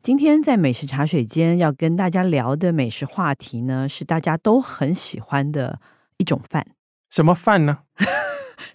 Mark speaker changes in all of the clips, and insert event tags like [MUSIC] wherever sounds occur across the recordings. Speaker 1: 今天在美食茶水间要跟大家聊的美食话题呢，是大家都很喜欢的一种饭。
Speaker 2: 什么饭呢？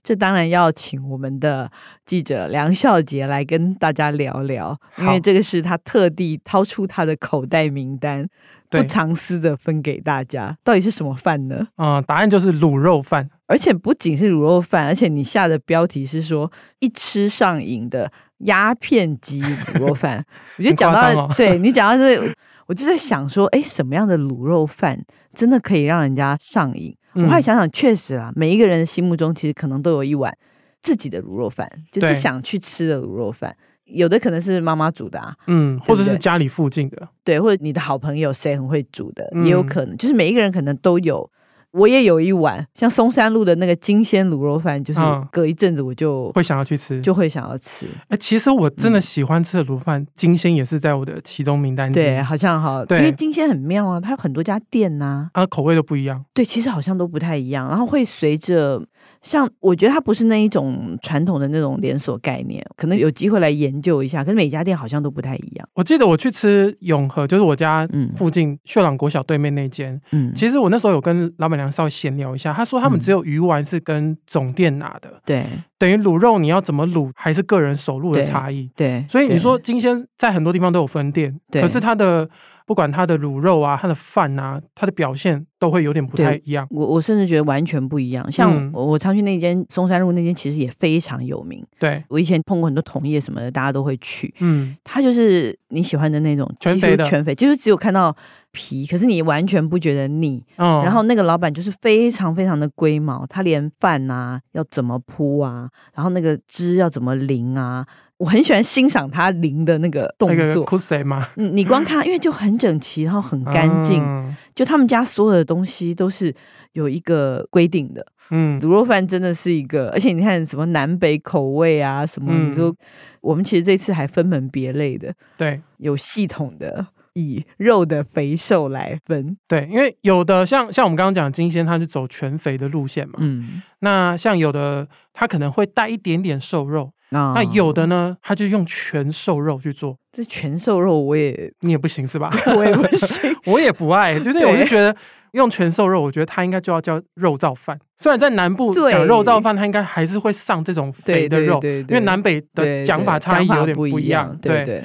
Speaker 1: 这当然要请我们的记者梁孝杰来跟大家聊聊，因为
Speaker 2: 好
Speaker 1: 这个是他特地掏出他的口袋名单，不
Speaker 2: 对
Speaker 1: 藏私的分给大家，到底是什么饭呢？
Speaker 2: 嗯、答案就是卤肉饭。
Speaker 1: 而且不仅是卤肉饭，而且你下的标题是说一吃上瘾的鸦片鸡卤肉饭，我觉得讲
Speaker 2: 很夸
Speaker 1: 到、
Speaker 2: 张哦
Speaker 1: 对你讲到这个，我就在想说，哎，什么样的卤肉饭真的可以让人家上瘾？我
Speaker 2: 嗯
Speaker 1: 后来想想，确实啊，每一个人心目中其实可能都有一碗自己的卤肉饭，就是
Speaker 2: 对
Speaker 1: 想去吃的卤肉饭。有的可能是妈妈煮的啊，
Speaker 2: 嗯，
Speaker 1: 对
Speaker 2: 或
Speaker 1: 不
Speaker 2: 者
Speaker 1: 对
Speaker 2: 是家里附近的。
Speaker 1: 对，或者你的好朋友谁很会煮的，
Speaker 2: 嗯
Speaker 1: 也有可能，就是每一个人可能都有。我也有一碗，像松山路的那个金鲜卤肉饭，就是
Speaker 2: 嗯
Speaker 1: 隔一阵子我就、
Speaker 2: 会想要去吃，
Speaker 1: 就会嗯想要吃。
Speaker 2: 哎、其实我真的喜欢吃的卤饭，金鲜也是在我的其中名单之一。
Speaker 1: 对，好像哈，因
Speaker 2: 对
Speaker 1: 为金鲜很妙啊，它有很多家店呐、
Speaker 2: 啊，口味都不一样。
Speaker 1: 对，其实好像都不太一样，然后会随着像我觉得它不是那一种传统的那种连锁概念，可能有机会来研究一下。可是每家店好像都不太一样。
Speaker 2: 我记得我去吃永和，就是我家
Speaker 1: 嗯
Speaker 2: 附近秀朗国小对面那间。
Speaker 1: 嗯，
Speaker 2: 其实我那时候有跟老板娘稍微闲聊一下，她说他
Speaker 1: 嗯
Speaker 2: 们只有鱼丸是跟总店拿的，
Speaker 1: 对
Speaker 2: 等于卤肉你要怎么卤还是个人手路的
Speaker 1: 对
Speaker 2: 差异。
Speaker 1: 对，
Speaker 2: 所以你
Speaker 1: 对
Speaker 2: 说金鲜在很多地方都有分店，
Speaker 1: 对
Speaker 2: 可是它的不管它的卤肉啊、它的饭啊、它的表现都会有点不太一样。
Speaker 1: 我我甚至觉得完全不一样。像
Speaker 2: 嗯
Speaker 1: 我我常去那间松山路那间，其实也非常有名。
Speaker 2: 对，
Speaker 1: 我以前碰过很多同业什么的，大家都会去。 [LAUGHS]
Speaker 2: 嗯，
Speaker 1: 它就是你喜欢的那种，
Speaker 2: 全
Speaker 1: 几乎
Speaker 2: 肥的
Speaker 1: 全肥，就是只有看到皮，可是你完全不觉得腻。
Speaker 2: 哦
Speaker 1: 然后那个老板就是非常非常的龟毛，他连饭啊要怎么铺啊，然后那个汁要怎么淋啊，我很喜欢欣赏他淋的那个动
Speaker 2: 那个
Speaker 1: 作。
Speaker 2: c u s e 嘛，
Speaker 1: 嗯你光看，因为就很整齐，然后很干净，
Speaker 2: 嗯
Speaker 1: 就他们家所有的东西都是有一个规定的。
Speaker 2: 嗯，
Speaker 1: 卤肉饭真的是一个，而且你看什么南北口味啊，什么、
Speaker 2: 嗯
Speaker 1: 你说，我们其实这次还分门别类的，
Speaker 2: 对
Speaker 1: 有系统的以肉的肥瘦来分。
Speaker 2: 对，因为有的像像我们刚刚讲的金鲜，它是走全肥的路线嘛，
Speaker 1: 嗯，
Speaker 2: 那像有的它可能会带一点点瘦肉，
Speaker 1: 啊
Speaker 2: 那有的呢，它就用全瘦肉去做，
Speaker 1: 这全瘦肉我也 [LAUGHS]
Speaker 2: 你也不行是吧？
Speaker 1: 我也不行。
Speaker 2: 我也不
Speaker 1: [LAUGHS]
Speaker 2: 爱，就是
Speaker 1: 对
Speaker 2: 我就觉得用全瘦肉，我觉得它应该就要叫肉燥饭。虽然在南部
Speaker 1: 对
Speaker 2: 讲肉燥饭，它应该还是会上这种
Speaker 1: 对
Speaker 2: 肥的肉，
Speaker 1: 对对
Speaker 2: 因为南北 [LAUGHS] 的讲法差异有点
Speaker 1: 不
Speaker 2: 不一样。
Speaker 1: 对对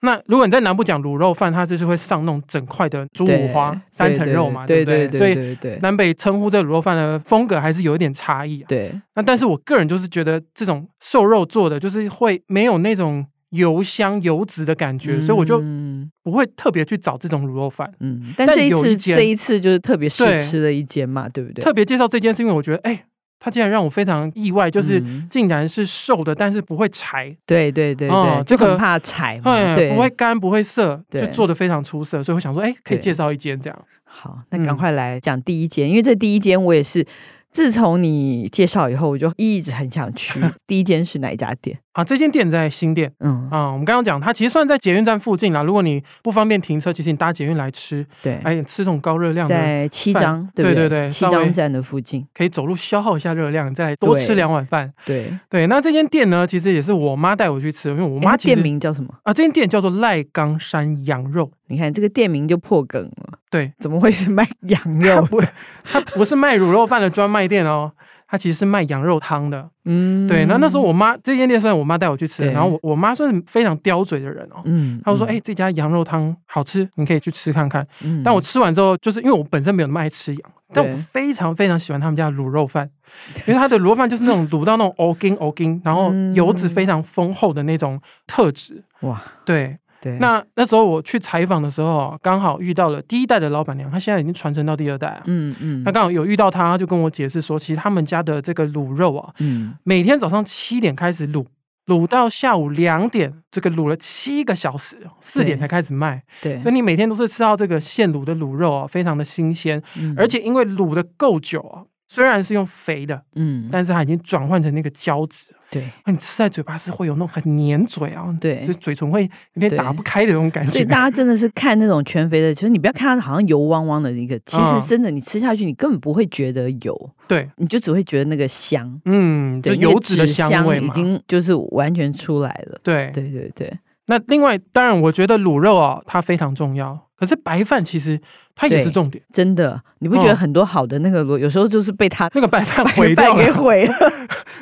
Speaker 2: 那如果你在南部讲卤肉饭，它就是会上那种整块的猪
Speaker 1: 对
Speaker 2: 五花、三层肉嘛，
Speaker 1: 对
Speaker 2: 不对？
Speaker 1: 对
Speaker 2: 所以
Speaker 1: 对对
Speaker 2: 南北称呼这卤肉饭的风格还是有一点差异、啊。
Speaker 1: 对，
Speaker 2: 那但是我个人就是觉得这种瘦肉做的，就是会没有那种油香油脂的感觉，所以我就
Speaker 1: 嗯
Speaker 2: 不会特别去找这种卤肉饭。
Speaker 1: 嗯，但
Speaker 2: 但
Speaker 1: 这一
Speaker 2: 有一
Speaker 1: 次
Speaker 2: 间
Speaker 1: 这一次就是特别试
Speaker 2: 对
Speaker 1: 吃的一间嘛，对不对？
Speaker 2: 特别介绍这件事，因为我觉得，哎、它竟然让我非常意外，就是
Speaker 1: 嗯
Speaker 2: 竟然是瘦的，但是不会柴，
Speaker 1: 对对对对，
Speaker 2: 哦
Speaker 1: 就
Speaker 2: 这个
Speaker 1: 很怕踩嘛，嗯
Speaker 2: 哎、
Speaker 1: 对，
Speaker 2: 不会干，不会涩，
Speaker 1: 对
Speaker 2: 就做的非常出色，所以我想说，哎、可
Speaker 1: 对
Speaker 2: 以介绍一间这样。
Speaker 1: 好，那赶
Speaker 2: 嗯
Speaker 1: 快来讲第一间，因为这第一间我也是自从你介绍以后，我就一直很想
Speaker 2: [LAUGHS]
Speaker 1: 去。第一间是哪一家店？
Speaker 2: 啊，这间店在新店
Speaker 1: 嗯，
Speaker 2: 啊、我们刚刚讲，它其实算在捷运站附近啦。如果你不方便停车，其实你搭捷运来吃，
Speaker 1: 对，
Speaker 2: 哎，吃这种高热量的，
Speaker 1: 在七
Speaker 2: 饭
Speaker 1: 张，对不
Speaker 2: 对对对
Speaker 1: 七
Speaker 2: 稍
Speaker 1: 张
Speaker 2: 微
Speaker 1: 站的附近。
Speaker 2: 可以走路消耗一下热量，再来多吃
Speaker 1: 对
Speaker 2: 两碗饭。
Speaker 1: 对，诶
Speaker 2: 对，那这间店呢，其实也是我妈带我去吃，因为我妈
Speaker 1: 它
Speaker 2: 其
Speaker 1: 店
Speaker 2: 实
Speaker 1: 名叫什么？
Speaker 2: 啊，这间店叫做赖冈山羊肉，
Speaker 1: 你看这个店名就破梗了，
Speaker 2: 对，
Speaker 1: 怎么会是
Speaker 2: [LAUGHS]
Speaker 1: 卖羊肉？
Speaker 2: 它不是卖卤肉饭的专卖店哦，它其实是卖羊肉汤的。
Speaker 1: 嗯，
Speaker 2: 对，那那时候我妈这间店虽然我妈带我去吃的，
Speaker 1: 对
Speaker 2: 然后我我妈算是非常刁嘴的人哦。
Speaker 1: 嗯，嗯，
Speaker 2: 她就说：“哎、这家羊肉汤好吃，你可以去吃看看。
Speaker 1: 嗯，
Speaker 2: 但我吃完之后，就是因为我本身没有那么爱吃羊，但
Speaker 1: 对
Speaker 2: 我非常非常喜欢他们家的卤肉饭，因为它的卤肉饭就是那种卤到那种 o g i n o g i n 然后油脂非常丰厚的那种特质。
Speaker 1: 嗯哇，
Speaker 2: 对，
Speaker 1: 对，
Speaker 2: 那那时候我去采访的时候啊，刚好遇到了第一代的老板娘，她现在已经传承到第二代啊。
Speaker 1: 嗯嗯
Speaker 2: 那刚好有遇到他，他就跟我解释说，其实他们家的这个卤肉啊，
Speaker 1: 嗯
Speaker 2: 每天早上七点开始卤，卤到下午两点，这个卤了七个小时，四点
Speaker 1: 对
Speaker 2: 才开始卖，
Speaker 1: 对
Speaker 2: 所以你每天都是吃到这个现卤的卤肉啊，非常的新鲜，
Speaker 1: 嗯
Speaker 2: 而且因为卤的够久啊，虽然是用肥的，
Speaker 1: 嗯，
Speaker 2: 但是它已经转换成那个胶质，
Speaker 1: 对
Speaker 2: 那你吃在嘴巴是会有那种很粘嘴啊，
Speaker 1: 对
Speaker 2: 就嘴唇会有点
Speaker 1: 对
Speaker 2: 打不开的那种
Speaker 1: [LAUGHS]
Speaker 2: 感
Speaker 1: 所
Speaker 2: 觉
Speaker 1: 以。大家真的是看那种全肥的，其实你不要看它好像油汪汪的一个，其
Speaker 2: 嗯
Speaker 1: 实真的你吃下去，你根本不会觉得油，
Speaker 2: 对，
Speaker 1: 你就只会觉得那个香，
Speaker 2: 嗯，就
Speaker 1: 对，那
Speaker 2: 油
Speaker 1: 个
Speaker 2: 脂的
Speaker 1: 纸
Speaker 2: 香味
Speaker 1: 已
Speaker 2: 嘛。
Speaker 1: 经就是完全出来了。
Speaker 2: 对，
Speaker 1: 对对对，
Speaker 2: 那另外当然，我觉得卤肉啊，它非常重要。可是白饭其实它也
Speaker 1: 对
Speaker 2: 是重点，
Speaker 1: 真的，你不觉得
Speaker 2: 嗯
Speaker 1: 很多好的那个螺，有时候就是被它
Speaker 2: 那个白饭 [LAUGHS] 毁
Speaker 1: 白
Speaker 2: 掉
Speaker 1: 饭给
Speaker 2: 了，
Speaker 1: 毁
Speaker 2: [LAUGHS]
Speaker 1: 了。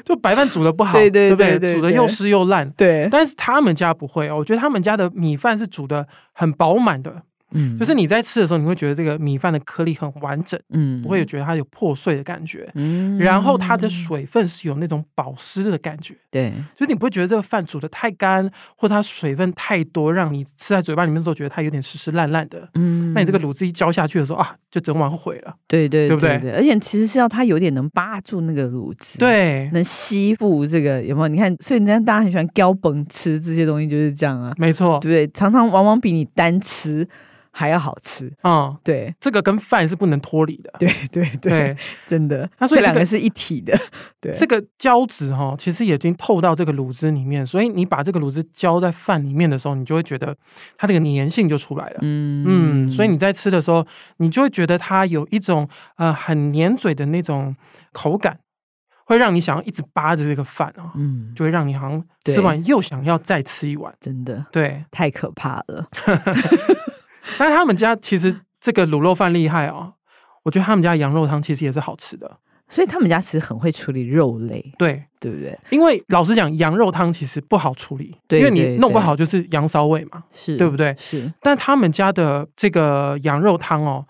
Speaker 2: 就白饭煮的不好，
Speaker 1: 对对
Speaker 2: 不
Speaker 1: 对对
Speaker 2: 煮的
Speaker 1: 对
Speaker 2: 又湿又烂。
Speaker 1: 对，
Speaker 2: 但是他们家不会哦，我觉得他们家的米饭是煮的很饱满的，
Speaker 1: 嗯
Speaker 2: 就是你在吃的时候，你会觉得这个米饭的颗粒很完整，
Speaker 1: 嗯
Speaker 2: 不会觉得它有破碎的感觉。
Speaker 1: 嗯
Speaker 2: 然后它的水分是有那种保湿的感觉，
Speaker 1: 对
Speaker 2: 所以你不会觉得这个饭煮的太干，或者它水分太多，让你吃在嘴巴里面的时候觉得它有点湿湿烂烂的。
Speaker 1: 嗯
Speaker 2: 那你这个卤汁一浇下去的时候啊，就整碗毁了。
Speaker 1: 对对
Speaker 2: 对不对
Speaker 1: 对？而且其实是要它有点能扒住那个卤汁，，
Speaker 2: 对，
Speaker 1: 能吸附这个有没有？你看，所以人家大家很喜欢胶崩吃这些东西就是这样啊，
Speaker 2: 没错
Speaker 1: 对，不对？常常往往比你单吃还要好吃，
Speaker 2: 嗯，
Speaker 1: 对 [LAUGHS]
Speaker 2: 这个跟饭是不能脱离的。
Speaker 1: 对对对，
Speaker 2: 对，
Speaker 1: 真的，
Speaker 2: 那所以
Speaker 1: 这两
Speaker 2: 这个
Speaker 1: 个是一体的，对，
Speaker 2: 这个胶质哈、其实已经透到这个卤汁里面，所以你把这个卤汁浇在饭里面的时候，你就会觉得它这个粘性就出来了。
Speaker 1: 嗯
Speaker 2: 嗯，所以你在吃的时候，你就会觉得它有一种呃很粘嘴的那种口感，会让你想要一直扒着这个饭啊、
Speaker 1: 嗯，
Speaker 2: 就会让你好像吃
Speaker 1: 对
Speaker 2: 完又想要再吃一碗。
Speaker 1: 真的
Speaker 2: 对，
Speaker 1: 太可怕了，
Speaker 2: 但是他们家其实这个卤肉饭厉害哦，我觉得他们家羊肉汤其实也是好吃的。
Speaker 1: 所以他们家其实很会处理肉类，
Speaker 2: 对，
Speaker 1: 对不对？
Speaker 2: 因为老实讲，羊肉汤其实不好处理，
Speaker 1: 对
Speaker 2: 因为
Speaker 1: 对
Speaker 2: 你弄不
Speaker 1: 对
Speaker 2: 好就是羊骚味嘛，
Speaker 1: 是，
Speaker 2: 对不对？
Speaker 1: 是，
Speaker 2: 但他们家的这个羊肉汤哦，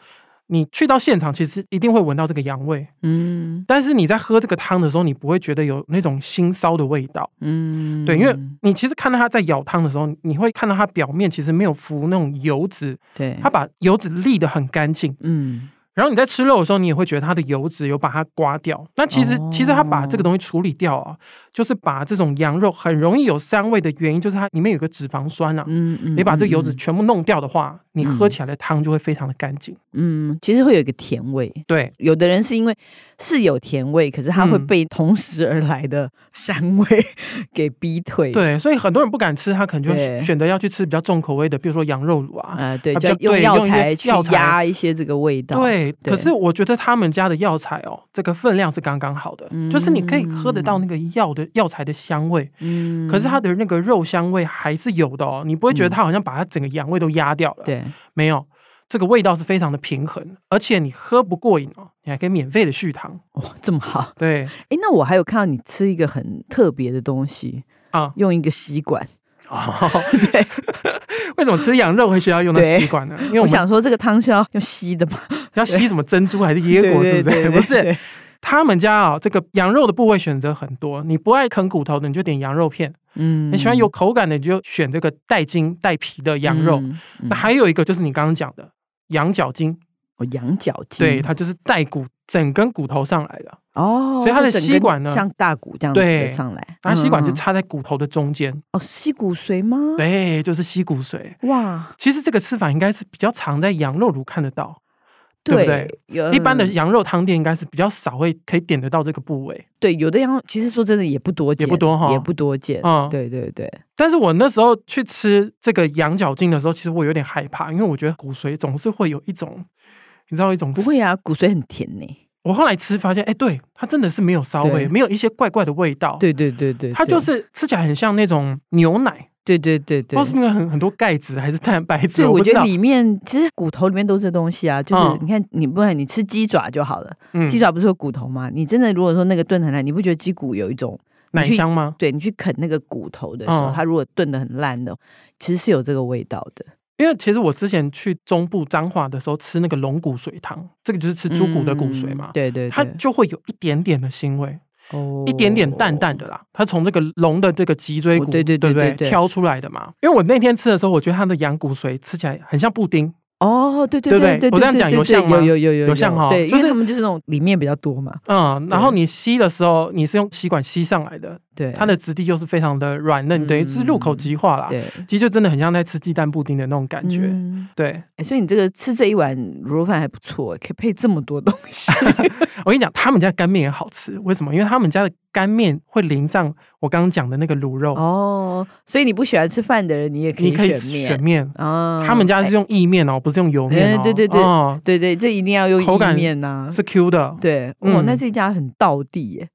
Speaker 2: 你去到现场其实一定会闻到这个羊味，
Speaker 1: 嗯
Speaker 2: 但是你在喝这个汤的时候，你不会觉得有那种腥骚的味道。
Speaker 1: 嗯，
Speaker 2: 对，因为你其实看到它在舀汤的时候，你会看到它表面其实没有浮那种油脂，
Speaker 1: 对
Speaker 2: 它把油脂沥得很干净。
Speaker 1: 嗯
Speaker 2: 然后你在吃肉的时候，你也会觉得它的油脂有把它刮掉。那其实、
Speaker 1: 哦
Speaker 2: 其实它把这个东西处理掉啊，就是把这种羊肉很容易有膻味的原因，就是它里面有个脂肪酸啊。
Speaker 1: 嗯嗯，
Speaker 2: 你把这个油
Speaker 1: 嗯
Speaker 2: 脂全部弄掉的话，你喝起来的汤就会非常的干净。
Speaker 1: 嗯，其实会有一个甜味。
Speaker 2: 对
Speaker 1: 有的人是因为是有甜味，可是他会
Speaker 2: 嗯
Speaker 1: 被同时而来的膻味 [LAUGHS] 给逼退。
Speaker 2: 对，所以很多人不敢吃，他可能就
Speaker 1: 对
Speaker 2: 选择要去吃比较重口味的，比如说羊肉卤啊。
Speaker 1: 啊、对，
Speaker 2: 啊比
Speaker 1: 就
Speaker 2: 较
Speaker 1: 要用药
Speaker 2: 对用一些
Speaker 1: 材去
Speaker 2: 药材
Speaker 1: 压一些这个味道。，
Speaker 2: 对，
Speaker 1: 对
Speaker 2: 可是我觉得他们家的药材哦，这个分量是刚刚好的，就是你可以喝得到那个药的药材的香味，
Speaker 1: 嗯
Speaker 2: 可是它的那个肉香味还是有的哦，你不会觉得它好像把它整个羊味都压掉了。，
Speaker 1: 对，
Speaker 2: 没有，这个味道是非常的平衡，而且你喝不过瘾哦，你还可以免费的续糖。
Speaker 1: 哇，这么好。
Speaker 2: 对
Speaker 1: 哎，那我还有看到你吃一个很特别的东西，
Speaker 2: 啊，
Speaker 1: 用一个吸管。哦
Speaker 2: [LAUGHS] 对，为什么吃羊肉会需要用到
Speaker 1: 对
Speaker 2: 吸管呢？因为
Speaker 1: 我
Speaker 2: 我们
Speaker 1: 想说，这个汤是要用吸的吗？
Speaker 2: 要吸什么珍珠还是 [LAUGHS] 椰果，是不
Speaker 1: 对
Speaker 2: 是？
Speaker 1: 对
Speaker 2: [LAUGHS] 不是，
Speaker 1: 对
Speaker 2: 他们家啊、这个羊肉的部位选择很多，你不爱啃骨头的，你就点羊肉片；
Speaker 1: 嗯
Speaker 2: 你喜欢有口感的，你就选这个带筋带皮的羊肉。
Speaker 1: 嗯嗯
Speaker 2: 那还有一个就是你刚刚讲的羊角筋，
Speaker 1: 哦羊角筋，
Speaker 2: 对，它就是带骨整根骨头上来的，
Speaker 1: 哦，
Speaker 2: 所以它的
Speaker 1: 就整
Speaker 2: 吸
Speaker 1: 根
Speaker 2: 管呢
Speaker 1: 像大骨这样子的
Speaker 2: 对
Speaker 1: 上来，
Speaker 2: 然后吸管
Speaker 1: 嗯
Speaker 2: 就
Speaker 1: 嗯
Speaker 2: 插在骨头的中间，
Speaker 1: 哦，吸骨髓吗？
Speaker 2: 对，就是吸骨髓。
Speaker 1: 哇，
Speaker 2: 其实这个吃法应该是比较常在羊肉炉看得到，对
Speaker 1: 对
Speaker 2: 不对
Speaker 1: 有嗯
Speaker 2: 一般的羊肉汤店应该是比较少会可以点得到这个部位。
Speaker 1: 对有的羊，其实说真的也不多见，
Speaker 2: 不多哈
Speaker 1: 也不多见。
Speaker 2: 嗯
Speaker 1: 对对对，
Speaker 2: 但是我那时候去吃这个羊角筋的时候，其实我有点害怕，因为我觉得骨髓总是会有一种，你知道一种
Speaker 1: 不会啊，骨髓很甜呢、
Speaker 2: 我后来吃发现，哎，对，它真的是没有骚味，
Speaker 1: 对
Speaker 2: 没有一些怪怪的味道。，
Speaker 1: 对对对对，
Speaker 2: 哦它
Speaker 1: 对
Speaker 2: 就是吃起来很像那种牛奶，
Speaker 1: 对对对
Speaker 2: 不知
Speaker 1: 对
Speaker 2: 道。是不是很很多钙质还是蛋白质，
Speaker 1: 对，
Speaker 2: 我
Speaker 1: 我
Speaker 2: 不
Speaker 1: 觉
Speaker 2: 知
Speaker 1: 得
Speaker 2: 道。
Speaker 1: 里面其实骨头里面都是东西啊，就是
Speaker 2: 嗯
Speaker 1: 你看，你不然你吃鸡爪就好了，
Speaker 2: 嗯
Speaker 1: 鸡爪不是有骨头吗？你真的如果说那个炖很烂，你不觉得鸡骨有一种
Speaker 2: 奶
Speaker 1: 你去
Speaker 2: 香吗？
Speaker 1: 对你去啃那个骨头的时候，
Speaker 2: 嗯
Speaker 1: 它如果炖的很烂的，其实是有这个味道的。
Speaker 2: 因为其实我之前去中部彰化的时候吃那个龙骨髓汤，这个就是吃猪骨的骨髓嘛
Speaker 1: 嗯，对对
Speaker 2: 它
Speaker 1: 对，
Speaker 2: 就会有一点点的腥味，
Speaker 1: 哦
Speaker 2: 一点点淡淡的啦。它从这个龙的这个脊椎骨，
Speaker 1: 哦对对对
Speaker 2: 不
Speaker 1: 对对
Speaker 2: 挑出来的嘛。因为我那天吃的时候，我觉得它的羊骨髓吃起来很像布丁，
Speaker 1: 哦，对对
Speaker 2: 对不
Speaker 1: 对
Speaker 2: 对我这样讲
Speaker 1: 对
Speaker 2: 有
Speaker 1: 对
Speaker 2: 像吗
Speaker 1: 有有有有
Speaker 2: 有像哦
Speaker 1: 对，因
Speaker 2: 就
Speaker 1: 为
Speaker 2: 是
Speaker 1: 他们就是那种里面比较多嘛，
Speaker 2: 嗯，然后
Speaker 1: 对
Speaker 2: 你吸的时候，你是用吸管吸上来的，
Speaker 1: 对，嗯
Speaker 2: 它的质地又是非常的软嫩，等于是入口即化啦。
Speaker 1: 对
Speaker 2: 其实就真的很像在吃鸡蛋布丁的那种感觉。
Speaker 1: 嗯
Speaker 2: 对
Speaker 1: 哎所以你这个吃这一碗卤肉饭还不错，可以配这么多东西。
Speaker 2: 我跟你讲，他们家干面也好吃，为什么？因为他们家的干面会淋上我刚刚讲的那个卤肉，
Speaker 1: 哦，所以你不喜欢吃饭的人，你也可
Speaker 2: 你可以
Speaker 1: 选面
Speaker 2: 选面。
Speaker 1: 啊。
Speaker 2: 他们家是用意面哦，不是用油面哦。
Speaker 1: 哎对对对
Speaker 2: 哦
Speaker 1: 对对，这一定要用
Speaker 2: 口感
Speaker 1: 意面呐、
Speaker 2: 是 Q 的。
Speaker 1: 对，哇，
Speaker 2: 嗯
Speaker 1: 那这家很道地耶。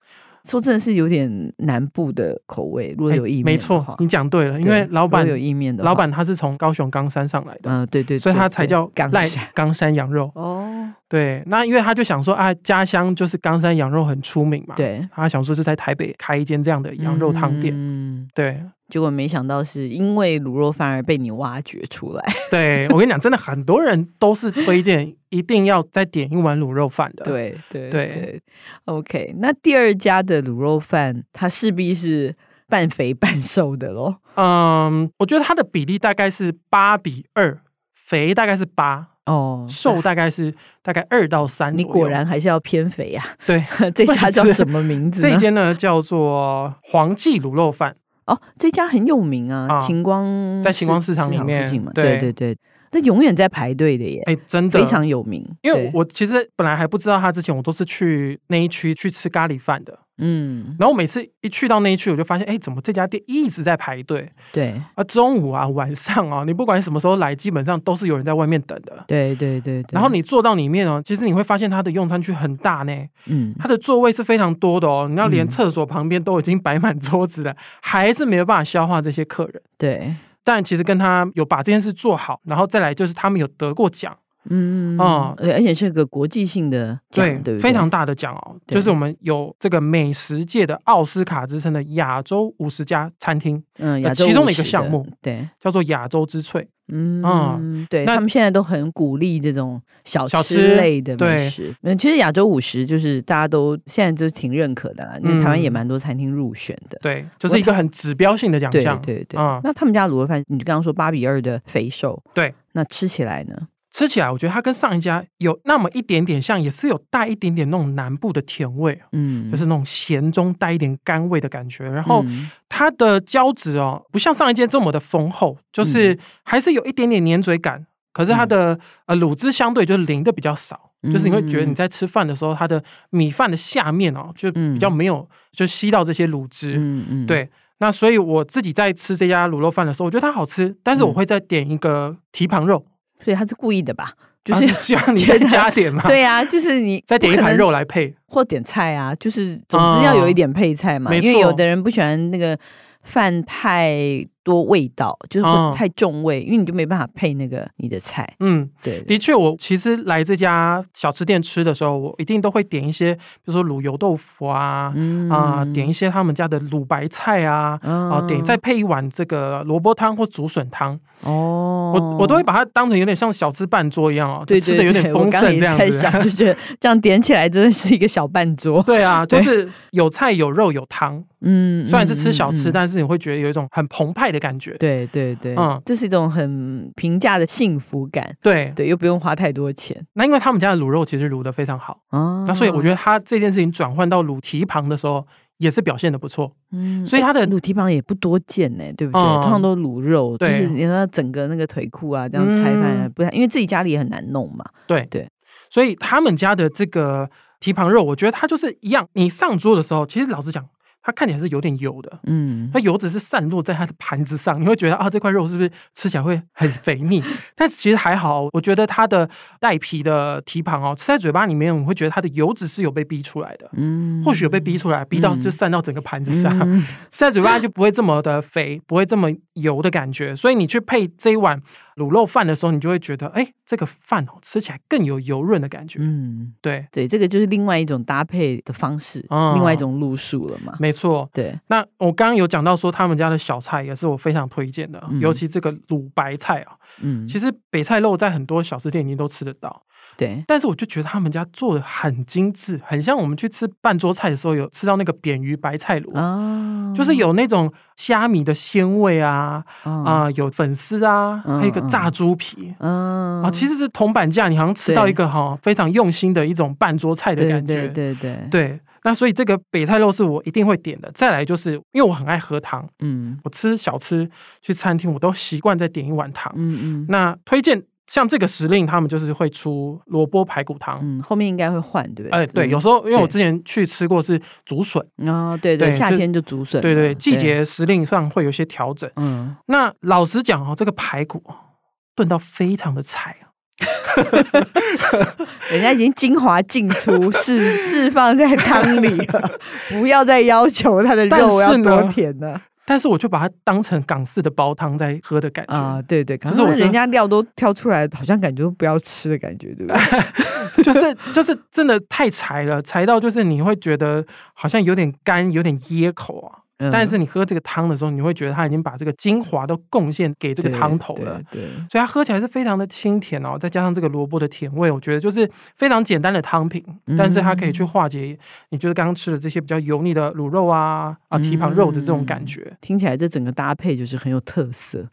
Speaker 1: 说真的是有点南部的口味，如果
Speaker 2: 哎
Speaker 1: 有意面、
Speaker 2: 没错，你讲对了，因为
Speaker 1: 对
Speaker 2: 老板
Speaker 1: 如果有意面的话，
Speaker 2: 老板他是从高雄冈山上来的，
Speaker 1: 嗯、对对对，
Speaker 2: 所以他才
Speaker 1: 对
Speaker 2: 叫
Speaker 1: 港
Speaker 2: 赖
Speaker 1: 式
Speaker 2: 冈山
Speaker 1: [LAUGHS]
Speaker 2: 羊肉。
Speaker 1: 哦，
Speaker 2: 对，那因为他就想说啊，家乡就是冈山羊肉很出名嘛，，
Speaker 1: 对，
Speaker 2: 他想说就在台北开一间这样的羊肉汤店。
Speaker 1: 嗯，
Speaker 2: 对，
Speaker 1: 结果没想到是因为卤肉饭而被你挖掘出来，
Speaker 2: [LAUGHS] 对我跟你讲，真的很多人都是推荐一定要再点一碗卤肉饭的。，
Speaker 1: 对对
Speaker 2: 对
Speaker 1: 对，OK，那第二家的卤肉饭，它势必是半肥半瘦的喽，
Speaker 2: 嗯，我觉得它的比例大概是八比二，肥大概是八，
Speaker 1: 哦，
Speaker 2: 瘦大概是大概二到三。
Speaker 1: 你果然还是要偏肥
Speaker 2: [LAUGHS]
Speaker 1: 呀、 [LAUGHS]
Speaker 2: 对。
Speaker 1: 这
Speaker 2: 不
Speaker 1: 家
Speaker 2: 然
Speaker 1: 叫
Speaker 2: 是
Speaker 1: 什么名字呢？
Speaker 2: 这一间呢叫做黄记卤肉饭，
Speaker 1: 哦，这家很有名啊，
Speaker 2: 啊
Speaker 1: 晴光
Speaker 2: 在晴光市场里面
Speaker 1: 附近嘛，对
Speaker 2: 对
Speaker 1: 对对，那永远在排队的耶，
Speaker 2: 哎，真的
Speaker 1: 非常有名。
Speaker 2: 因为
Speaker 1: 对
Speaker 2: 我其实本来还不知道他之前，我都是去那一区去吃咖喱饭的。
Speaker 1: 嗯，
Speaker 2: 然后我每次一去到那一区，我就发现，哎，怎么这家店一直在排队
Speaker 1: 对
Speaker 2: 啊？中午啊，晚上啊，你不管什么时候来，基本上都是有人在外面等的。
Speaker 1: 对对对对，
Speaker 2: 然后你坐到里面哦，其实你会发现它的用餐区很大呢，
Speaker 1: 嗯，
Speaker 2: 它的座位是非常多的哦。你要连
Speaker 1: 嗯
Speaker 2: 厕所旁边都已经摆满桌子了，还是没有办法消化这些客人。
Speaker 1: 对，
Speaker 2: 但其实跟他有把这件事做好，然后再来就是他们有得过奖，
Speaker 1: 嗯
Speaker 2: 哦
Speaker 1: 对而且是个国际性的奖，对不对？
Speaker 2: 非常大的奖哦，
Speaker 1: 对
Speaker 2: 就是我们有这个美食界的奥斯卡之称的亚洲五十家餐厅，
Speaker 1: 嗯，
Speaker 2: 呃
Speaker 1: 亚洲
Speaker 2: 其中的
Speaker 1: 50
Speaker 2: 一个项目，
Speaker 1: 对，
Speaker 2: 叫做亚洲之翠。
Speaker 1: 嗯
Speaker 2: 嗯
Speaker 1: 对
Speaker 2: 那
Speaker 1: 他们现在都很鼓励这种小
Speaker 2: 小
Speaker 1: 吃
Speaker 2: 吃
Speaker 1: 类的美
Speaker 2: 对
Speaker 1: 食。嗯，其实亚洲五十就是大家都现在就挺认可的啦，因为台湾也
Speaker 2: 嗯
Speaker 1: 蛮多餐厅入选的。
Speaker 2: 对，就是一个很指标性的奖
Speaker 1: 对
Speaker 2: 项。
Speaker 1: 对对，
Speaker 2: 嗯
Speaker 1: 那他们家卤肉饭，你刚刚说八比二的肥瘦，
Speaker 2: 对，
Speaker 1: 那吃起来呢？
Speaker 2: 吃起来，我觉得它跟上一家有那么一点点像，也是有带一点点那种南部的甜味，
Speaker 1: 嗯，
Speaker 2: 就是那种咸中带一点甘味的感觉。然后
Speaker 1: 嗯
Speaker 2: 它的胶质哦，不像上一间这么的丰厚，
Speaker 1: 嗯
Speaker 2: 就是还是有一点点粘嘴感。可是它的、呃卤汁相对就是淋的比较少，就是你会觉得
Speaker 1: 嗯
Speaker 2: 你在吃饭的时候，它的米饭的下面哦，就比较没有、就吸到这些卤汁。
Speaker 1: 嗯嗯，
Speaker 2: 对，那所以我自己在吃这家卤肉饭的时候，我觉得它好吃，但是我
Speaker 1: 嗯
Speaker 2: 会再点一个蹄膀肉，
Speaker 1: 所以他是故意的吧？就
Speaker 2: 啊 [LAUGHS]
Speaker 1: 是、
Speaker 2: 希望你再加点嘛，
Speaker 1: 对，呀、就是你
Speaker 2: 再点一
Speaker 1: 不可
Speaker 2: 盘
Speaker 1: 能
Speaker 2: 肉来配。
Speaker 1: 或点菜啊，就是总之要有一点配菜嘛，
Speaker 2: 哦没错
Speaker 1: 因为有的人不喜欢那个饭太多味道，就是会
Speaker 2: 嗯
Speaker 1: 太重味，因为你就没办法配那个你的菜。
Speaker 2: 嗯，
Speaker 1: 对，
Speaker 2: 的确，我其实来这家小吃店吃的时候，我一定都会点一些，比如说卤油豆腐啊，
Speaker 1: 嗯
Speaker 2: 啊、点一些他们家的卤白菜啊，啊、
Speaker 1: 啊
Speaker 2: 点再配一碗这个萝卜汤或竹笋汤，
Speaker 1: 哦，
Speaker 2: 我我都会把它当成有点像小吃半桌一样哦，就
Speaker 1: 对
Speaker 2: 吃
Speaker 1: 对
Speaker 2: 的
Speaker 1: 对，
Speaker 2: 有点
Speaker 1: 我
Speaker 2: 丰
Speaker 1: 刚刚
Speaker 2: 盛
Speaker 1: 也
Speaker 2: 这样
Speaker 1: 在想，就
Speaker 2: 子。
Speaker 1: 觉得这样点起来真的是一个小半桌。
Speaker 2: [LAUGHS] 对啊，就
Speaker 1: [LAUGHS] 对
Speaker 2: 是有菜有肉有汤，
Speaker 1: 嗯，
Speaker 2: [LAUGHS] 虽然是吃小
Speaker 1: 嗯嗯
Speaker 2: 吃，
Speaker 1: 嗯
Speaker 2: 但是你会觉得有一种很澎湃的感觉。
Speaker 1: 对对对，
Speaker 2: 嗯
Speaker 1: 这是一种很平价的幸福感，
Speaker 2: 对，
Speaker 1: 对，又不用花太多钱
Speaker 2: 那因为他们家的卤肉其实卤的非常好，
Speaker 1: 哦
Speaker 2: 那所以我觉
Speaker 1: 得，
Speaker 2: 得他这件事情转换到卤蹄旁的时候，也是表现的不错。
Speaker 1: 嗯
Speaker 2: 所以它的
Speaker 1: 哎卤蹄膀也不多见呢，对不对？
Speaker 2: 嗯
Speaker 1: 通常都卤肉，就
Speaker 2: 对
Speaker 1: 是你要整个那个腿裤啊，这样拆开，
Speaker 2: 嗯
Speaker 1: 不太，因为自己家里也很难弄嘛。
Speaker 2: 所以他们家的这个蹄膀肉，我觉得它就是一样。你上桌的时候，其实老实讲，它看起来是有点油的，
Speaker 1: 嗯
Speaker 2: 它，油脂是散落在它的盘子上，你会觉得啊，这块肉是不是吃起来会很肥腻？ [LAUGHS] 但其实还好，我觉得它的带皮的蹄膀哦，吃在嘴巴里面，你会觉得它的油脂是有被逼出来的。
Speaker 1: 嗯
Speaker 2: 或许有被逼出啊来，逼到就散到整个盘子上，
Speaker 1: 嗯
Speaker 2: 吃在嘴巴就不会这么的肥，不会这么油的感觉。所以你去配这一碗卤肉饭的时候，你就会觉得，哎、这个饭哦吃起来更有油润的感觉。
Speaker 1: 嗯，
Speaker 2: 对，
Speaker 1: 对，这个就是另外一种搭配的方式，
Speaker 2: 哦嗯
Speaker 1: 另外一种路数了嘛。
Speaker 2: 没错。
Speaker 1: 对，
Speaker 2: 那我刚刚有讲到说，他们家的小菜也是我非常推荐的，
Speaker 1: 嗯
Speaker 2: 尤其这个卤白菜啊，
Speaker 1: 嗯，
Speaker 2: 其实北菜肉在很多小吃店你都吃得到，
Speaker 1: 对，
Speaker 2: 但是我就觉得他们家做的很精致，很像我们去吃半桌菜的时候有吃到那个扁鱼白菜卤，
Speaker 1: 啊，
Speaker 2: 就是有那种虾米的鲜味啊，啊、
Speaker 1: 啊，
Speaker 2: 有粉丝啊，
Speaker 1: 嗯
Speaker 2: 还有一个炸猪皮。
Speaker 1: 嗯
Speaker 2: 啊，其实是铜板价，你好像吃到一个哈非常用心的一种半桌菜的
Speaker 1: 对
Speaker 2: 感
Speaker 1: 对
Speaker 2: 觉。
Speaker 1: 对对
Speaker 2: 对，那所以这个北菜肉是我一定会点的。再来就是因为我很爱喝汤，
Speaker 1: 嗯
Speaker 2: 我吃小吃去餐厅我都习惯再点一碗汤。
Speaker 1: 嗯嗯
Speaker 2: 那推荐像这个时令，他们就是会出萝卜排骨汤。
Speaker 1: 嗯，后面应该会换，对不对？
Speaker 2: 哎、对，有时候因为我之前去吃过是竹笋，
Speaker 1: 嗯哦，对对，
Speaker 2: 对
Speaker 1: 夏
Speaker 2: 就
Speaker 1: 天就竹笋嘛，啊
Speaker 2: 对对，季节时令上会有一些调整。
Speaker 1: 嗯，
Speaker 2: 那老实讲哦，这个排骨哦炖到非常的柴啊，
Speaker 1: 人家已经精华尽出，释 [LAUGHS] 释放在汤里了， [LAUGHS] 不要再要求它的
Speaker 2: 但
Speaker 1: 肉要
Speaker 2: 是呢
Speaker 1: 多甜了
Speaker 2: 但是我就把它当成港式的煲汤在喝的感觉。
Speaker 1: 啊！对对，可
Speaker 2: 可
Speaker 1: 是
Speaker 2: 是我觉得
Speaker 1: 人家料都挑出来，好像感觉都不要吃的感觉，对 [LAUGHS] 不对？
Speaker 2: 就是就是真的太柴了，柴到就是你会觉得好像有点干，有点噎口啊。
Speaker 1: 嗯
Speaker 2: 但是你喝这个汤的时候，你会觉得它已经把这个精华都贡献给这个
Speaker 1: 对
Speaker 2: 汤头了。，
Speaker 1: 对对
Speaker 2: 所以它喝起来是非常的清甜哦，再加上这个萝卜的甜味，我觉得就是非常简单的汤品，
Speaker 1: 嗯
Speaker 2: 但是它可以去化解你就是刚刚吃的这些比较油腻的卤肉啊啊蹄膀肉的这种
Speaker 1: 嗯
Speaker 2: 感觉。
Speaker 1: 听起来这整个搭配就是很有特 [LAUGHS] 色，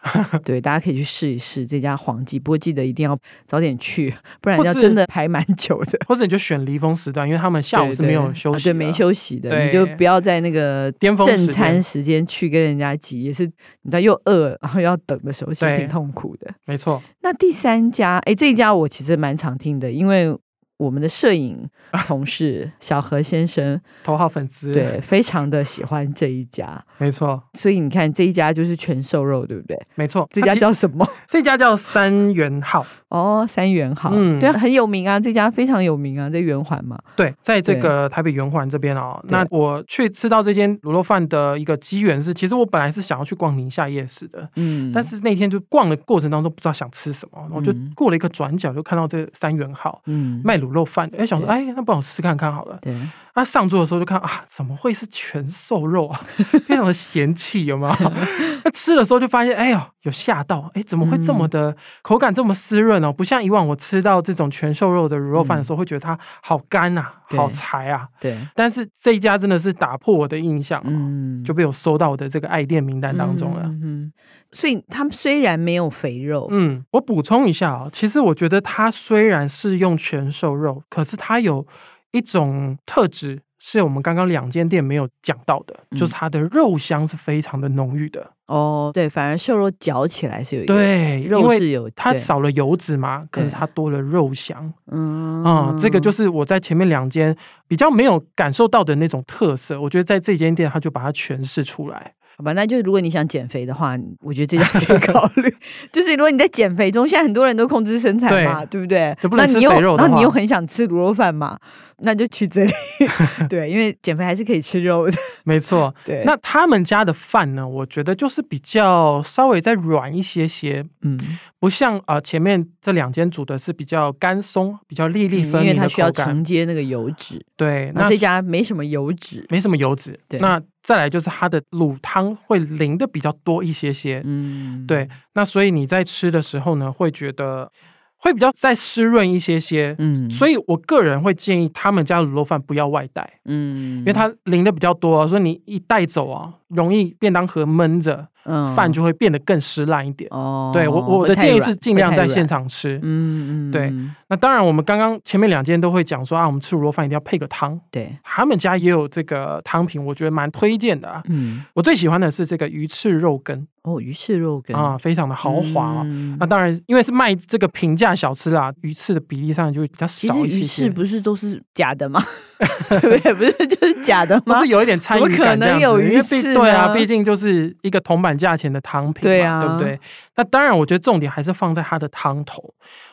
Speaker 1: 对，大家可以去试一试这家黄记，不过记得一定要早点 [LAUGHS] 去，不然
Speaker 2: 或
Speaker 1: 要
Speaker 2: 是
Speaker 1: 真的排蛮久的。
Speaker 2: 或者你就选离峰时段，因为他们下午
Speaker 1: 对
Speaker 2: 是没有
Speaker 1: 对
Speaker 2: 休
Speaker 1: 啊
Speaker 2: 息的、
Speaker 1: 对，没休息的，你
Speaker 2: 对
Speaker 1: 就不要在那个
Speaker 2: 巅峰时
Speaker 1: 正
Speaker 2: 间
Speaker 1: 餐时间去跟人家挤，也是你知道又饿，然后又要等的时候，其实
Speaker 2: 对
Speaker 1: 挺痛苦的。
Speaker 2: 没错，
Speaker 1: 那第三家，哎，这一家我其实蛮常听的，因为我们的摄影
Speaker 2: 啊
Speaker 1: 同事小何先
Speaker 2: [LAUGHS]
Speaker 1: 生，
Speaker 2: 头号粉丝，
Speaker 1: 对，，非常的喜欢这一家，
Speaker 2: 没错，
Speaker 1: 所以你看这一家就是全瘦肉，对不对？
Speaker 2: 没错。啊
Speaker 1: 这
Speaker 2: 它
Speaker 1: 家
Speaker 2: 其
Speaker 1: 叫什么？ [LAUGHS]
Speaker 2: 这家叫三元号，
Speaker 1: 哦，三元好，
Speaker 2: 嗯
Speaker 1: 对，很有名啊，这家非常有名啊，在圆环嘛，
Speaker 2: 对，在这
Speaker 1: 对
Speaker 2: 个台北圆环这边哦。
Speaker 1: 对
Speaker 2: 那我去吃到这间卤肉饭的一个机缘是，其实我本来是想要去逛宁夏夜市的，
Speaker 1: 嗯，
Speaker 2: 但是那天就逛的过程当中不知道想吃什么，我就
Speaker 1: 嗯
Speaker 2: 过了一个转角就看到这个三元号。
Speaker 1: 嗯，
Speaker 2: 卖卤肉饭的，哎，想说，
Speaker 1: 对
Speaker 2: 哎，那帮我试看看好了。
Speaker 1: 对，
Speaker 2: 那上桌的时候就看啊，怎么会是全瘦肉啊？ [LAUGHS] 非常的嫌弃，有没有？ [LAUGHS] 那吃的时候就发现，哎呦，有吓到，哎，怎么会这
Speaker 1: 嗯
Speaker 2: 么的、口感这么湿润哦？不像以往我吃到这种全瘦肉的卤肉饭的时候，会觉得它好干啊，
Speaker 1: 嗯对
Speaker 2: 好柴啊。
Speaker 1: 对，
Speaker 2: 但是这一家真的是打破我的印象、哦，
Speaker 1: 嗯，
Speaker 2: 就被我收到我的这个爱店名单当中了。
Speaker 1: 嗯，嗯嗯所以他们虽然没有肥肉，
Speaker 2: 嗯，我补充一下哦，其实我觉得它虽然是用全瘦肉，可是它有一种特质是我们刚刚两间店没有讲到的，
Speaker 1: 嗯
Speaker 2: 就是它的肉香是非常的浓郁的。
Speaker 1: 哦，对，反而瘦肉嚼起来是有一个
Speaker 2: 对，因
Speaker 1: 肉是
Speaker 2: 为
Speaker 1: 有
Speaker 2: 它
Speaker 1: 对
Speaker 2: 少了油脂嘛，可是
Speaker 1: 对
Speaker 2: 它多了肉香
Speaker 1: 嗯
Speaker 2: 啊、这个就是我在前面两间比较没有感受到的那种特色。我觉得在这间店，它就把它诠释出来。
Speaker 1: 好吧，那就如果你想减肥的话，我觉得这家可以考虑。 [LAUGHS] 就是如果你在减肥中，现在很多人都控制身材嘛，对不对
Speaker 2: 就？不
Speaker 1: 那
Speaker 2: 能
Speaker 1: 你
Speaker 2: 吃
Speaker 1: 又
Speaker 2: 肥肉的
Speaker 1: 然后你
Speaker 2: 话
Speaker 1: 又很想吃卤肉饭嘛，那就去
Speaker 2: [LAUGHS]
Speaker 1: 这里。 [LAUGHS] 对，因为减肥还是可以吃肉的。
Speaker 2: 没错，
Speaker 1: 对，
Speaker 2: 那他们家的饭呢，我觉得就是比较稍微再软一些些，
Speaker 1: 嗯，
Speaker 2: 不像啊、呃前面这两间煮的是比较干松、比较粒粒
Speaker 1: 嗯因
Speaker 2: 分
Speaker 1: 为
Speaker 2: 明
Speaker 1: 它
Speaker 2: 的
Speaker 1: 需要
Speaker 2: 口感，
Speaker 1: 承接那个油脂，
Speaker 2: 对，
Speaker 1: 那
Speaker 2: 那
Speaker 1: 这家没什么油脂。
Speaker 2: 没什么油脂
Speaker 1: 对。
Speaker 2: 那再来就是它的卤汤会淋的比较多一些些，
Speaker 1: 嗯，
Speaker 2: 对，那所以你在吃的时候呢，会觉得会比较再湿润一些些。
Speaker 1: 嗯，
Speaker 2: 所以我个人会建议他们家卤肉饭不要外带，
Speaker 1: 嗯，
Speaker 2: 因为它淋的比较多、哦所以你一带走啊，容易便当盒闷着，
Speaker 1: 嗯
Speaker 2: 饭就会变得更湿烂一点。
Speaker 1: 哦，
Speaker 2: 对我我
Speaker 1: 会
Speaker 2: 的
Speaker 1: 太
Speaker 2: 建议
Speaker 1: 软
Speaker 2: 是尽量在
Speaker 1: 会
Speaker 2: 现。
Speaker 1: 太软
Speaker 2: 场吃。
Speaker 1: 嗯嗯，
Speaker 2: 对
Speaker 1: 嗯
Speaker 2: 那当然，我们刚刚前面两间都会讲说啊，我们吃卤肉饭一定要配个汤。
Speaker 1: 对，
Speaker 2: 他们家也有这个汤品，我觉得蛮推荐的、啊。
Speaker 1: 嗯，
Speaker 2: 我最喜欢的是这个鱼翅肉羹
Speaker 1: 哦，鱼翅肉羹
Speaker 2: 啊，，非常的豪华啊。
Speaker 1: 嗯
Speaker 2: 那当然，因为是卖这个平价小吃啦，鱼翅的比例上就会比较
Speaker 1: 其
Speaker 2: 少
Speaker 1: 实
Speaker 2: 一些
Speaker 1: 鱼
Speaker 2: 些。
Speaker 1: 翅不是都是假的
Speaker 2: [LAUGHS]
Speaker 1: 吗？对不对？不是 [LAUGHS] 就是假的
Speaker 2: 不
Speaker 1: 吗
Speaker 2: 是？有一点参与感
Speaker 1: 怎么可
Speaker 2: 这样
Speaker 1: 能
Speaker 2: 子，
Speaker 1: 有
Speaker 2: 因为
Speaker 1: 鱼
Speaker 2: 毕
Speaker 1: 翅
Speaker 2: 对
Speaker 1: 呢
Speaker 2: 啊，毕竟就是一个铜板价钱的汤品嘛，
Speaker 1: 对啊
Speaker 2: 对不对？那当然，我觉得重点还是放在它的汤头。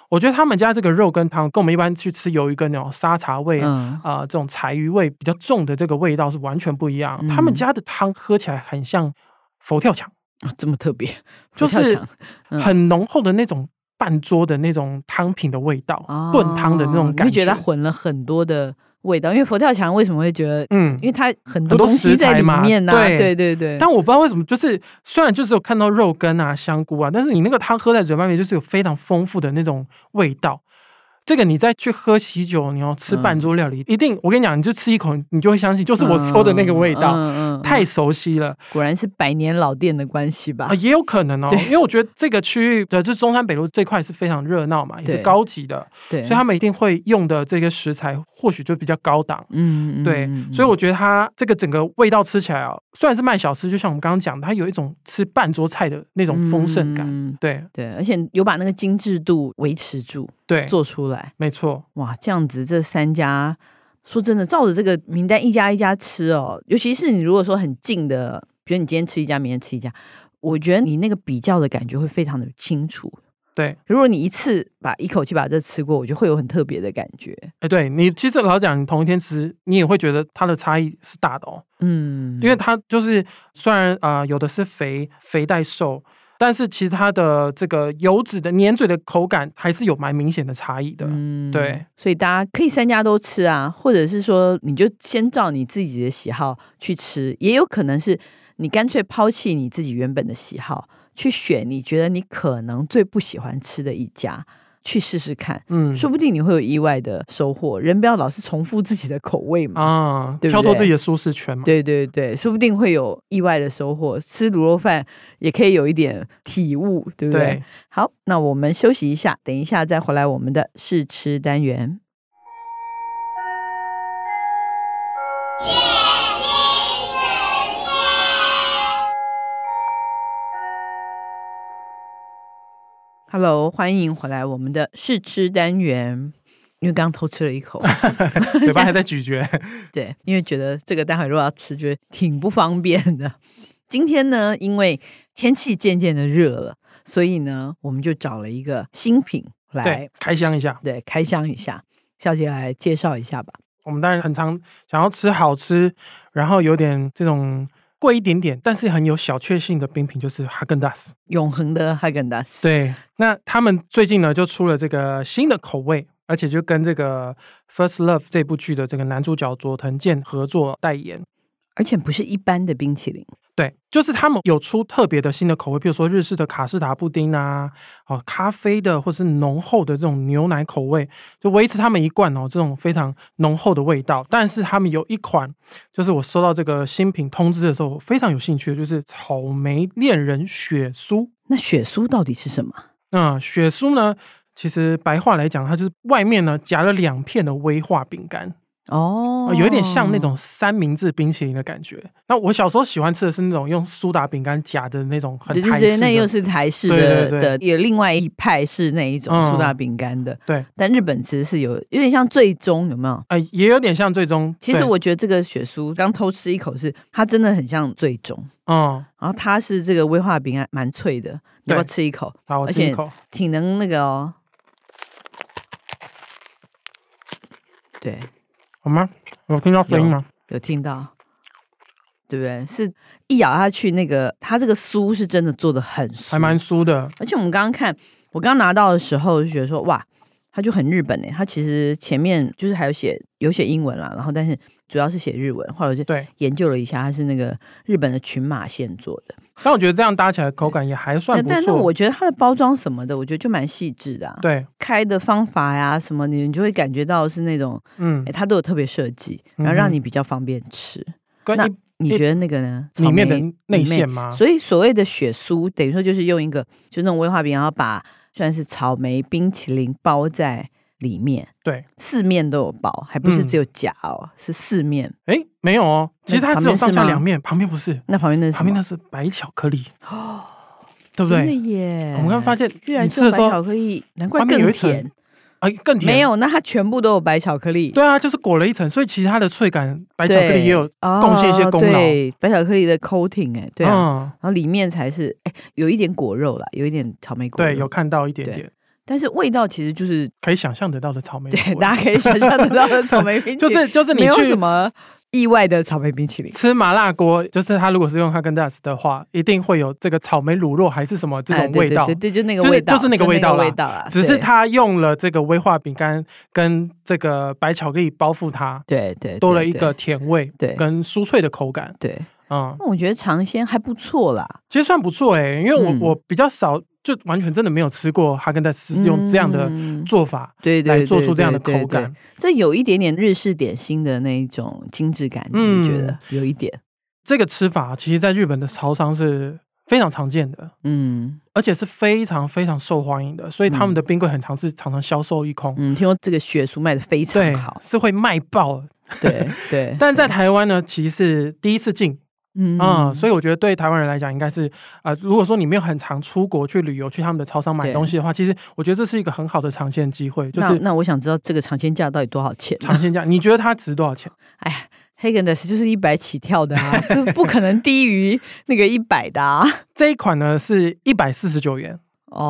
Speaker 2: 我觉得他们家这个肉羹汤跟我们一般去吃鱿鱼羹那种沙茶味啊、
Speaker 1: 嗯，
Speaker 2: 啊这种柴鱼味比较重的这个味道是完全不一样。他们
Speaker 1: 嗯
Speaker 2: 家的汤喝起来很像佛跳墙，
Speaker 1: 啊这么特别，
Speaker 2: 就
Speaker 1: 佛跳
Speaker 2: 是
Speaker 1: 墙嗯
Speaker 2: 很浓厚的那种半桌的那种汤品的味道，炖汤的那
Speaker 1: 哦
Speaker 2: 种
Speaker 1: 你
Speaker 2: 感
Speaker 1: 会觉得它混了很多的味道。因为佛跳墙为什么会觉得？
Speaker 2: 嗯
Speaker 1: 因为它很
Speaker 2: 很
Speaker 1: 多
Speaker 2: 多
Speaker 1: 东西
Speaker 2: 食
Speaker 1: 在
Speaker 2: 材
Speaker 1: 里
Speaker 2: 嘛
Speaker 1: 面呐、
Speaker 2: 对
Speaker 1: 对对对。
Speaker 2: 但我不知道为什么，就是虽然就是有看到肉羹啊、香菇啊，但是你那个汤喝在嘴巴里，就是有非常丰富的那种味道。这个你再去喝喜酒，你要吃
Speaker 1: 嗯
Speaker 2: 半桌料理，一定我跟你讲，你就吃一口，你就会相信，就是我说的那个味道，
Speaker 1: 嗯嗯嗯
Speaker 2: 太熟悉了
Speaker 1: 果然是百年老店的关系吧
Speaker 2: 啊、？也有可能哦
Speaker 1: 对，
Speaker 2: 因为我觉得这个区域的就是中山北路这块是非常热闹嘛，也是
Speaker 1: 对
Speaker 2: 高级的，
Speaker 1: 对，
Speaker 2: 所以他们一定会用的这个食材或许就比较高档。
Speaker 1: 嗯，嗯
Speaker 2: 对，所以我觉得它这个整个味道吃起来啊，虽然是卖小吃，就像我们刚刚讲的，它有一种吃半桌菜的那种丰盛感。
Speaker 1: 嗯
Speaker 2: 对
Speaker 1: 对，而且有把那个精致度维持住，
Speaker 2: 对，
Speaker 1: 做出来。
Speaker 2: 没错，
Speaker 1: 哇，这样子这三家，说真的，照着这个名单一家一家吃哦，尤其是你如果说很近的，比如你今天吃一家，明天吃一家，我觉得你那个比较的感觉会非常的清楚。
Speaker 2: 对，
Speaker 1: 如果你一次把一口气把这吃过，我觉得会有很特别的感觉。
Speaker 2: 哎，对你其实老实讲，你同一天吃，你也会觉得它的差异是大的哦，
Speaker 1: 嗯，
Speaker 2: 因为它就是虽然啊、呃有的是肥肥带瘦。但是其实它的这个油脂的粘嘴的口感还是有蛮明显的差异的，
Speaker 1: 嗯
Speaker 2: 对，
Speaker 1: 所以大家可以三家都吃啊，或者是说你就先照你自己的喜好去吃，也有可能是你干脆抛弃你自己原本的喜好，去选你觉得你可能最不喜欢吃的一家去试试看，
Speaker 2: 嗯
Speaker 1: 说不定你会有意外的收获。人不要老是重复自己的口味
Speaker 2: [LAUGHS]
Speaker 1: 嘛。
Speaker 2: 啊，
Speaker 1: 对不
Speaker 2: 挑脱
Speaker 1: 对
Speaker 2: 自己的舒适圈嘛，
Speaker 1: 对对对，说不定会有意外的收获。吃卤肉饭也可以有一点体悟，对不对？
Speaker 2: 对
Speaker 1: 好，那我们休息一下，等一下再回来我们的试吃单元。Hello，欢迎回来我们的试吃单元。因为刚刚偷吃了一口，
Speaker 2: 嘴巴还在
Speaker 1: [LAUGHS]
Speaker 2: 咀嚼， [LAUGHS]
Speaker 1: 对，因为觉得这个待会如果要吃，觉得挺不方便的。今天呢，因为天气渐渐的热了，所以呢，我们就找了一个新品来
Speaker 2: 对，开箱一下。
Speaker 1: 对开箱一下。小姐来介绍一下吧。
Speaker 2: 我们当然很常想要吃好吃，然后有点这种贵一点点，但是很有小确幸的冰品，就是哈根达斯。
Speaker 1: 永恒的哈根达斯，
Speaker 2: 对，那他们最近呢就出了这个新的口味，而且就跟这个《First Love》这部剧的这个男主角佐藤健合作代言。
Speaker 1: 而且不是一般的冰淇淋，
Speaker 2: 对，就是他们有出特别的新的口味，比如说日式的卡士达布丁啊，哦，咖啡的或是浓厚的这种牛奶口味，就维持他们一贯哦这种非常浓厚的味道。但是他们有一款，就是我收到这个新品通知的时候，我非常有兴趣的，就是草莓恋人雪酥。
Speaker 1: 那雪酥到底是什么？
Speaker 2: 嗯，雪酥呢，其实白话来讲，它就是外面呢夹了两片的威化饼干。
Speaker 1: 哦
Speaker 2: 呃有一点像那种三明治冰淇淋的感觉。那我小时候喜欢吃的是那种用苏打饼干夹的那种很
Speaker 1: 对对
Speaker 2: 台式
Speaker 1: 对，
Speaker 2: 的，
Speaker 1: 那又是台式的
Speaker 2: 对对
Speaker 1: 的，
Speaker 2: 对
Speaker 1: 也另外一派是那一种
Speaker 2: 嗯
Speaker 1: 苏打饼干的，
Speaker 2: 对。
Speaker 1: 但日本其实是有有点像最终有没有？
Speaker 2: 呃，也有点像最终。
Speaker 1: 其实
Speaker 2: 对，
Speaker 1: 我觉得这个雪酥刚偷吃一口是，它真的很像最终，
Speaker 2: 嗯，
Speaker 1: 然后它是这个威化饼干蛮脆的，你要不要
Speaker 2: 对
Speaker 1: 吃一口？
Speaker 2: 好，我
Speaker 1: 而
Speaker 2: 吃一
Speaker 1: 且
Speaker 2: 口。
Speaker 1: 挺能那个哦。对，
Speaker 2: 好吗？有听到声音吗？
Speaker 1: 有听到，对不对？是一咬下去，那个它这个酥是真的做的很酥，
Speaker 2: 还蛮酥的，
Speaker 1: 而且我们刚刚看，我刚拿到的时候就觉得说，哇，它就很日本欸诶、它其实前面就是还有写有写英文啦，然后但是主要是写日文。后来我就
Speaker 2: 对
Speaker 1: 研究了一下，它是那个日本的群马县做的。
Speaker 2: 但我觉得这样搭起来口感也还算
Speaker 1: 但
Speaker 2: 不
Speaker 1: 呃但是
Speaker 2: 错
Speaker 1: 我。觉得它的包装什么的，我觉得就蛮细致的、啊。
Speaker 2: 对，
Speaker 1: 开的方法呀什么，你你就会感觉到是那种，
Speaker 2: 嗯
Speaker 1: 哎，，它都有特别设计，然后让你比较方便吃。
Speaker 2: 跟
Speaker 1: 那
Speaker 2: 一
Speaker 1: 你觉得那个呢？
Speaker 2: 里
Speaker 1: 草莓
Speaker 2: 面的啊内
Speaker 1: 里面
Speaker 2: 馅吗？
Speaker 1: 所以所谓的雪酥，等于说就是用一个就那种威化饼，然后把算是草莓冰淇淋包在里面，
Speaker 2: 对，
Speaker 1: 四面都有包，还不是
Speaker 2: 嗯
Speaker 1: 只有夹哦，是四面。
Speaker 2: 哎，没有哦，
Speaker 1: 那
Speaker 2: 其实它
Speaker 1: 旁
Speaker 2: 只有
Speaker 1: 边是
Speaker 2: 上下
Speaker 1: 吗
Speaker 2: 两面，旁边不是，
Speaker 1: 那旁边那是什
Speaker 2: 旁边
Speaker 1: 么哦
Speaker 2: 那是白巧克力，对不
Speaker 1: 真的
Speaker 2: 对？
Speaker 1: 耶！
Speaker 2: 我们刚发现
Speaker 1: 居然
Speaker 2: 你
Speaker 1: 是
Speaker 2: 吃
Speaker 1: 用白
Speaker 2: 的时候
Speaker 1: 巧克力，难怪
Speaker 2: 外面有
Speaker 1: 更
Speaker 2: 一层
Speaker 1: 甜。
Speaker 2: 啊，更甜。
Speaker 1: 没，有，那它全部都有白巧克力，
Speaker 2: 对啊，就是裹了一层，所以其实它的脆感，白
Speaker 1: 对，
Speaker 2: 巧克力也有，贡献一些功劳
Speaker 1: 哦对，白巧克力的 coating，哎，对啊。
Speaker 2: 嗯，
Speaker 1: 然后里面才是哎，有一点果肉啦，有一点草莓果肉，
Speaker 2: 对，有看到一点
Speaker 1: 对
Speaker 2: 点，
Speaker 1: 但是味道其实就是
Speaker 2: 可以想象得到的草莓口味。
Speaker 1: 对，大家可以想象得到的草莓冰淇
Speaker 2: [LAUGHS] 就
Speaker 1: 淋，
Speaker 2: 是就是你
Speaker 1: 没有
Speaker 2: 去
Speaker 1: 什么意外的草莓冰淇淋。
Speaker 2: 吃麻辣锅，就是它如果是用哈根达斯的话，一定会有这个草莓乳酪还是什么这
Speaker 1: 哎
Speaker 2: 种味道，
Speaker 1: 对对对对，就那个
Speaker 2: 就是
Speaker 1: 味道，
Speaker 2: 就是那个味
Speaker 1: 味
Speaker 2: 道啦
Speaker 1: 道啦。
Speaker 2: 只是
Speaker 1: 对
Speaker 2: 它用了这个威化饼干跟这个白巧克力包覆它，
Speaker 1: 对对对
Speaker 2: 多了一个甜味，
Speaker 1: 对
Speaker 2: 跟酥脆的口感，
Speaker 1: 对。对
Speaker 2: 嗯，
Speaker 1: 那我觉得尝鲜还不错啦，
Speaker 2: 其实算不错哎、因为我、
Speaker 1: 嗯
Speaker 2: 我比较少就完全真的没有吃过哈根达斯是用这样的
Speaker 1: 嗯
Speaker 2: 做法
Speaker 1: 对对
Speaker 2: 来
Speaker 1: 对
Speaker 2: 做出这样的
Speaker 1: 对对
Speaker 2: 口
Speaker 1: 对
Speaker 2: 感。
Speaker 1: 这有一点点日式点心的那一种精致感，
Speaker 2: 嗯
Speaker 1: 你觉得有一点？
Speaker 2: 这个吃法其实在日本的超商是非常常见的，
Speaker 1: 嗯
Speaker 2: 而且是非常非常受欢迎的，所以他们的冰柜很常是常常销售一空。
Speaker 1: 嗯，听说这个雪酥卖的非常
Speaker 2: 对
Speaker 1: 好，，
Speaker 2: 是会卖爆的。 [LAUGHS]
Speaker 1: 对对，
Speaker 2: 但在台湾呢，其实是第一次进
Speaker 1: 嗯
Speaker 2: 啊、所以我觉得对台湾人来讲，应该是啊、呃如果说你没有很常出国去旅游，去他们的超商买
Speaker 1: 对
Speaker 2: 东西的话，其实我觉得这是一个很好的尝鲜机会，就
Speaker 1: 那
Speaker 2: 是
Speaker 1: 那我想知道这个尝鲜价到底多少钱？啊
Speaker 2: 尝鲜价。你觉得它值多少钱？
Speaker 1: [LAUGHS] 哎，Hagen Dazs 就是一百起跳的
Speaker 2: [LAUGHS]
Speaker 1: 啊，就不可能低于那个一百的啊。
Speaker 2: 这一款呢是一百四十九元 [LAUGHS] 啊、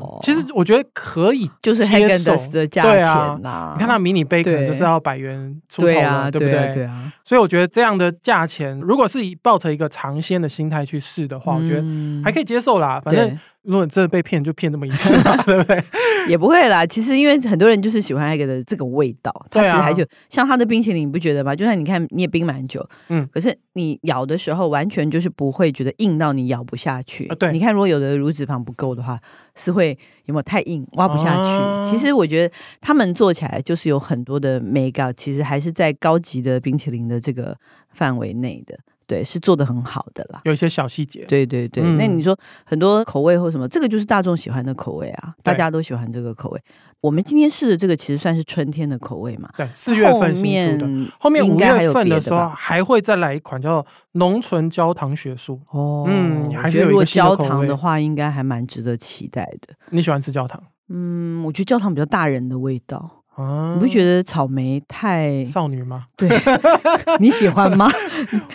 Speaker 1: 哦，
Speaker 2: 其实我觉得可以接受，
Speaker 1: 就是 Hagen Dazs 的价
Speaker 2: 对
Speaker 1: 钱
Speaker 2: 啊。
Speaker 1: 呐、
Speaker 2: 你看它迷你杯可能
Speaker 1: 对
Speaker 2: 就是要百元出头
Speaker 1: 对
Speaker 2: 了，
Speaker 1: 啊，
Speaker 2: 对不
Speaker 1: 对啊
Speaker 2: 对？
Speaker 1: 对啊，
Speaker 2: 所以我觉得这样的价钱，如果是以抱着一个尝鲜的心态去试的话，我觉得
Speaker 1: 嗯
Speaker 2: 还可以接受啦。反正
Speaker 1: 对
Speaker 2: 如果你真的被骗，就骗这么一次
Speaker 1: [LAUGHS]
Speaker 2: 嘛，对不对？
Speaker 1: 也不会啦。其实因为很多人就是喜欢 Hagen 的这个味道，它
Speaker 2: 对啊
Speaker 1: 其实还是有、像它的冰淇淋，你不觉得吗？就算你看你也冰蛮久，
Speaker 2: 嗯
Speaker 1: 嗯，可是你咬的时候完全就是不会觉得硬到你咬不下去。
Speaker 2: 啊对
Speaker 1: 你看如果有的乳脂肪不够的话，是会有没有太硬挖不下去？
Speaker 2: 啊
Speaker 1: 其实我觉得他们做起来就是有很多的 mega，其实还是在高级的冰淇淋的这个范围内的，对，是做的很好的啦。
Speaker 2: 有一些小细节。
Speaker 1: 对对对，
Speaker 2: 嗯
Speaker 1: 那你说很多口味或什么，这个就是大众喜欢的口味啊，大
Speaker 2: 对
Speaker 1: 家都喜欢这个口味。我们今天试的这个其实算是春天的口味嘛，
Speaker 2: 对，四月份
Speaker 1: 后
Speaker 2: 新出的，
Speaker 1: 面
Speaker 2: 后面
Speaker 1: 应
Speaker 2: 五
Speaker 1: 该还有
Speaker 2: 月份
Speaker 1: 别
Speaker 2: 的
Speaker 1: 的
Speaker 2: 时候
Speaker 1: 吧
Speaker 2: 还会再来一款叫浓醇焦糖雪酥。
Speaker 1: 哦，
Speaker 2: 嗯
Speaker 1: 我
Speaker 2: 还是
Speaker 1: 觉得
Speaker 2: 有一
Speaker 1: 如果
Speaker 2: 个新的
Speaker 1: 焦
Speaker 2: 口
Speaker 1: 糖
Speaker 2: 味
Speaker 1: 的话，应该还蛮值得期待的。
Speaker 2: 你喜欢吃焦糖
Speaker 1: 嗯，我觉得焦糖比较大人的味道，
Speaker 2: 啊？
Speaker 1: 你不觉得草莓太
Speaker 2: 得少女吗？
Speaker 1: 对？ [LAUGHS] 你喜欢吗？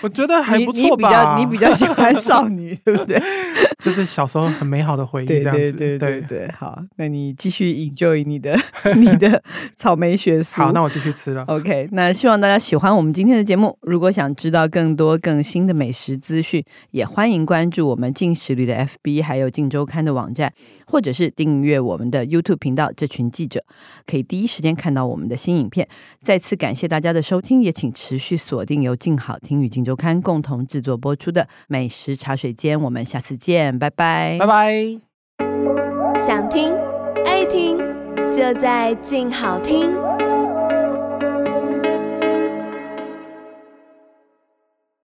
Speaker 2: 我觉 [LAUGHS] 得还
Speaker 1: 你
Speaker 2: 不错吧。
Speaker 1: 你比较你比较喜欢少女，对不
Speaker 2: [LAUGHS]
Speaker 1: 对？ [LAUGHS]
Speaker 2: 就是小时候很美好的回忆这
Speaker 1: 对
Speaker 2: 样
Speaker 1: 对
Speaker 2: 子。
Speaker 1: 对对对，好，那你继续 enjoy 你
Speaker 2: [LAUGHS]
Speaker 1: 的 [LAUGHS] 你的草莓学术。
Speaker 2: 好，那我继续吃了。
Speaker 1: OK，那希望大家喜欢我们今天的节目。如果想知道更多更新的美食资讯，也欢迎关注我们进食旅的 FB，还有进周刊的网站，或者是订阅我们的 YouTube 频道。这群记者可以第一时间看到我们的新影片。再次感谢大家的收听，也请持续锁定由静好听与静周刊共同制作播出的美食茶水间。我们下次见，拜拜，
Speaker 2: 拜拜。
Speaker 3: 想听爱听，就在静好听。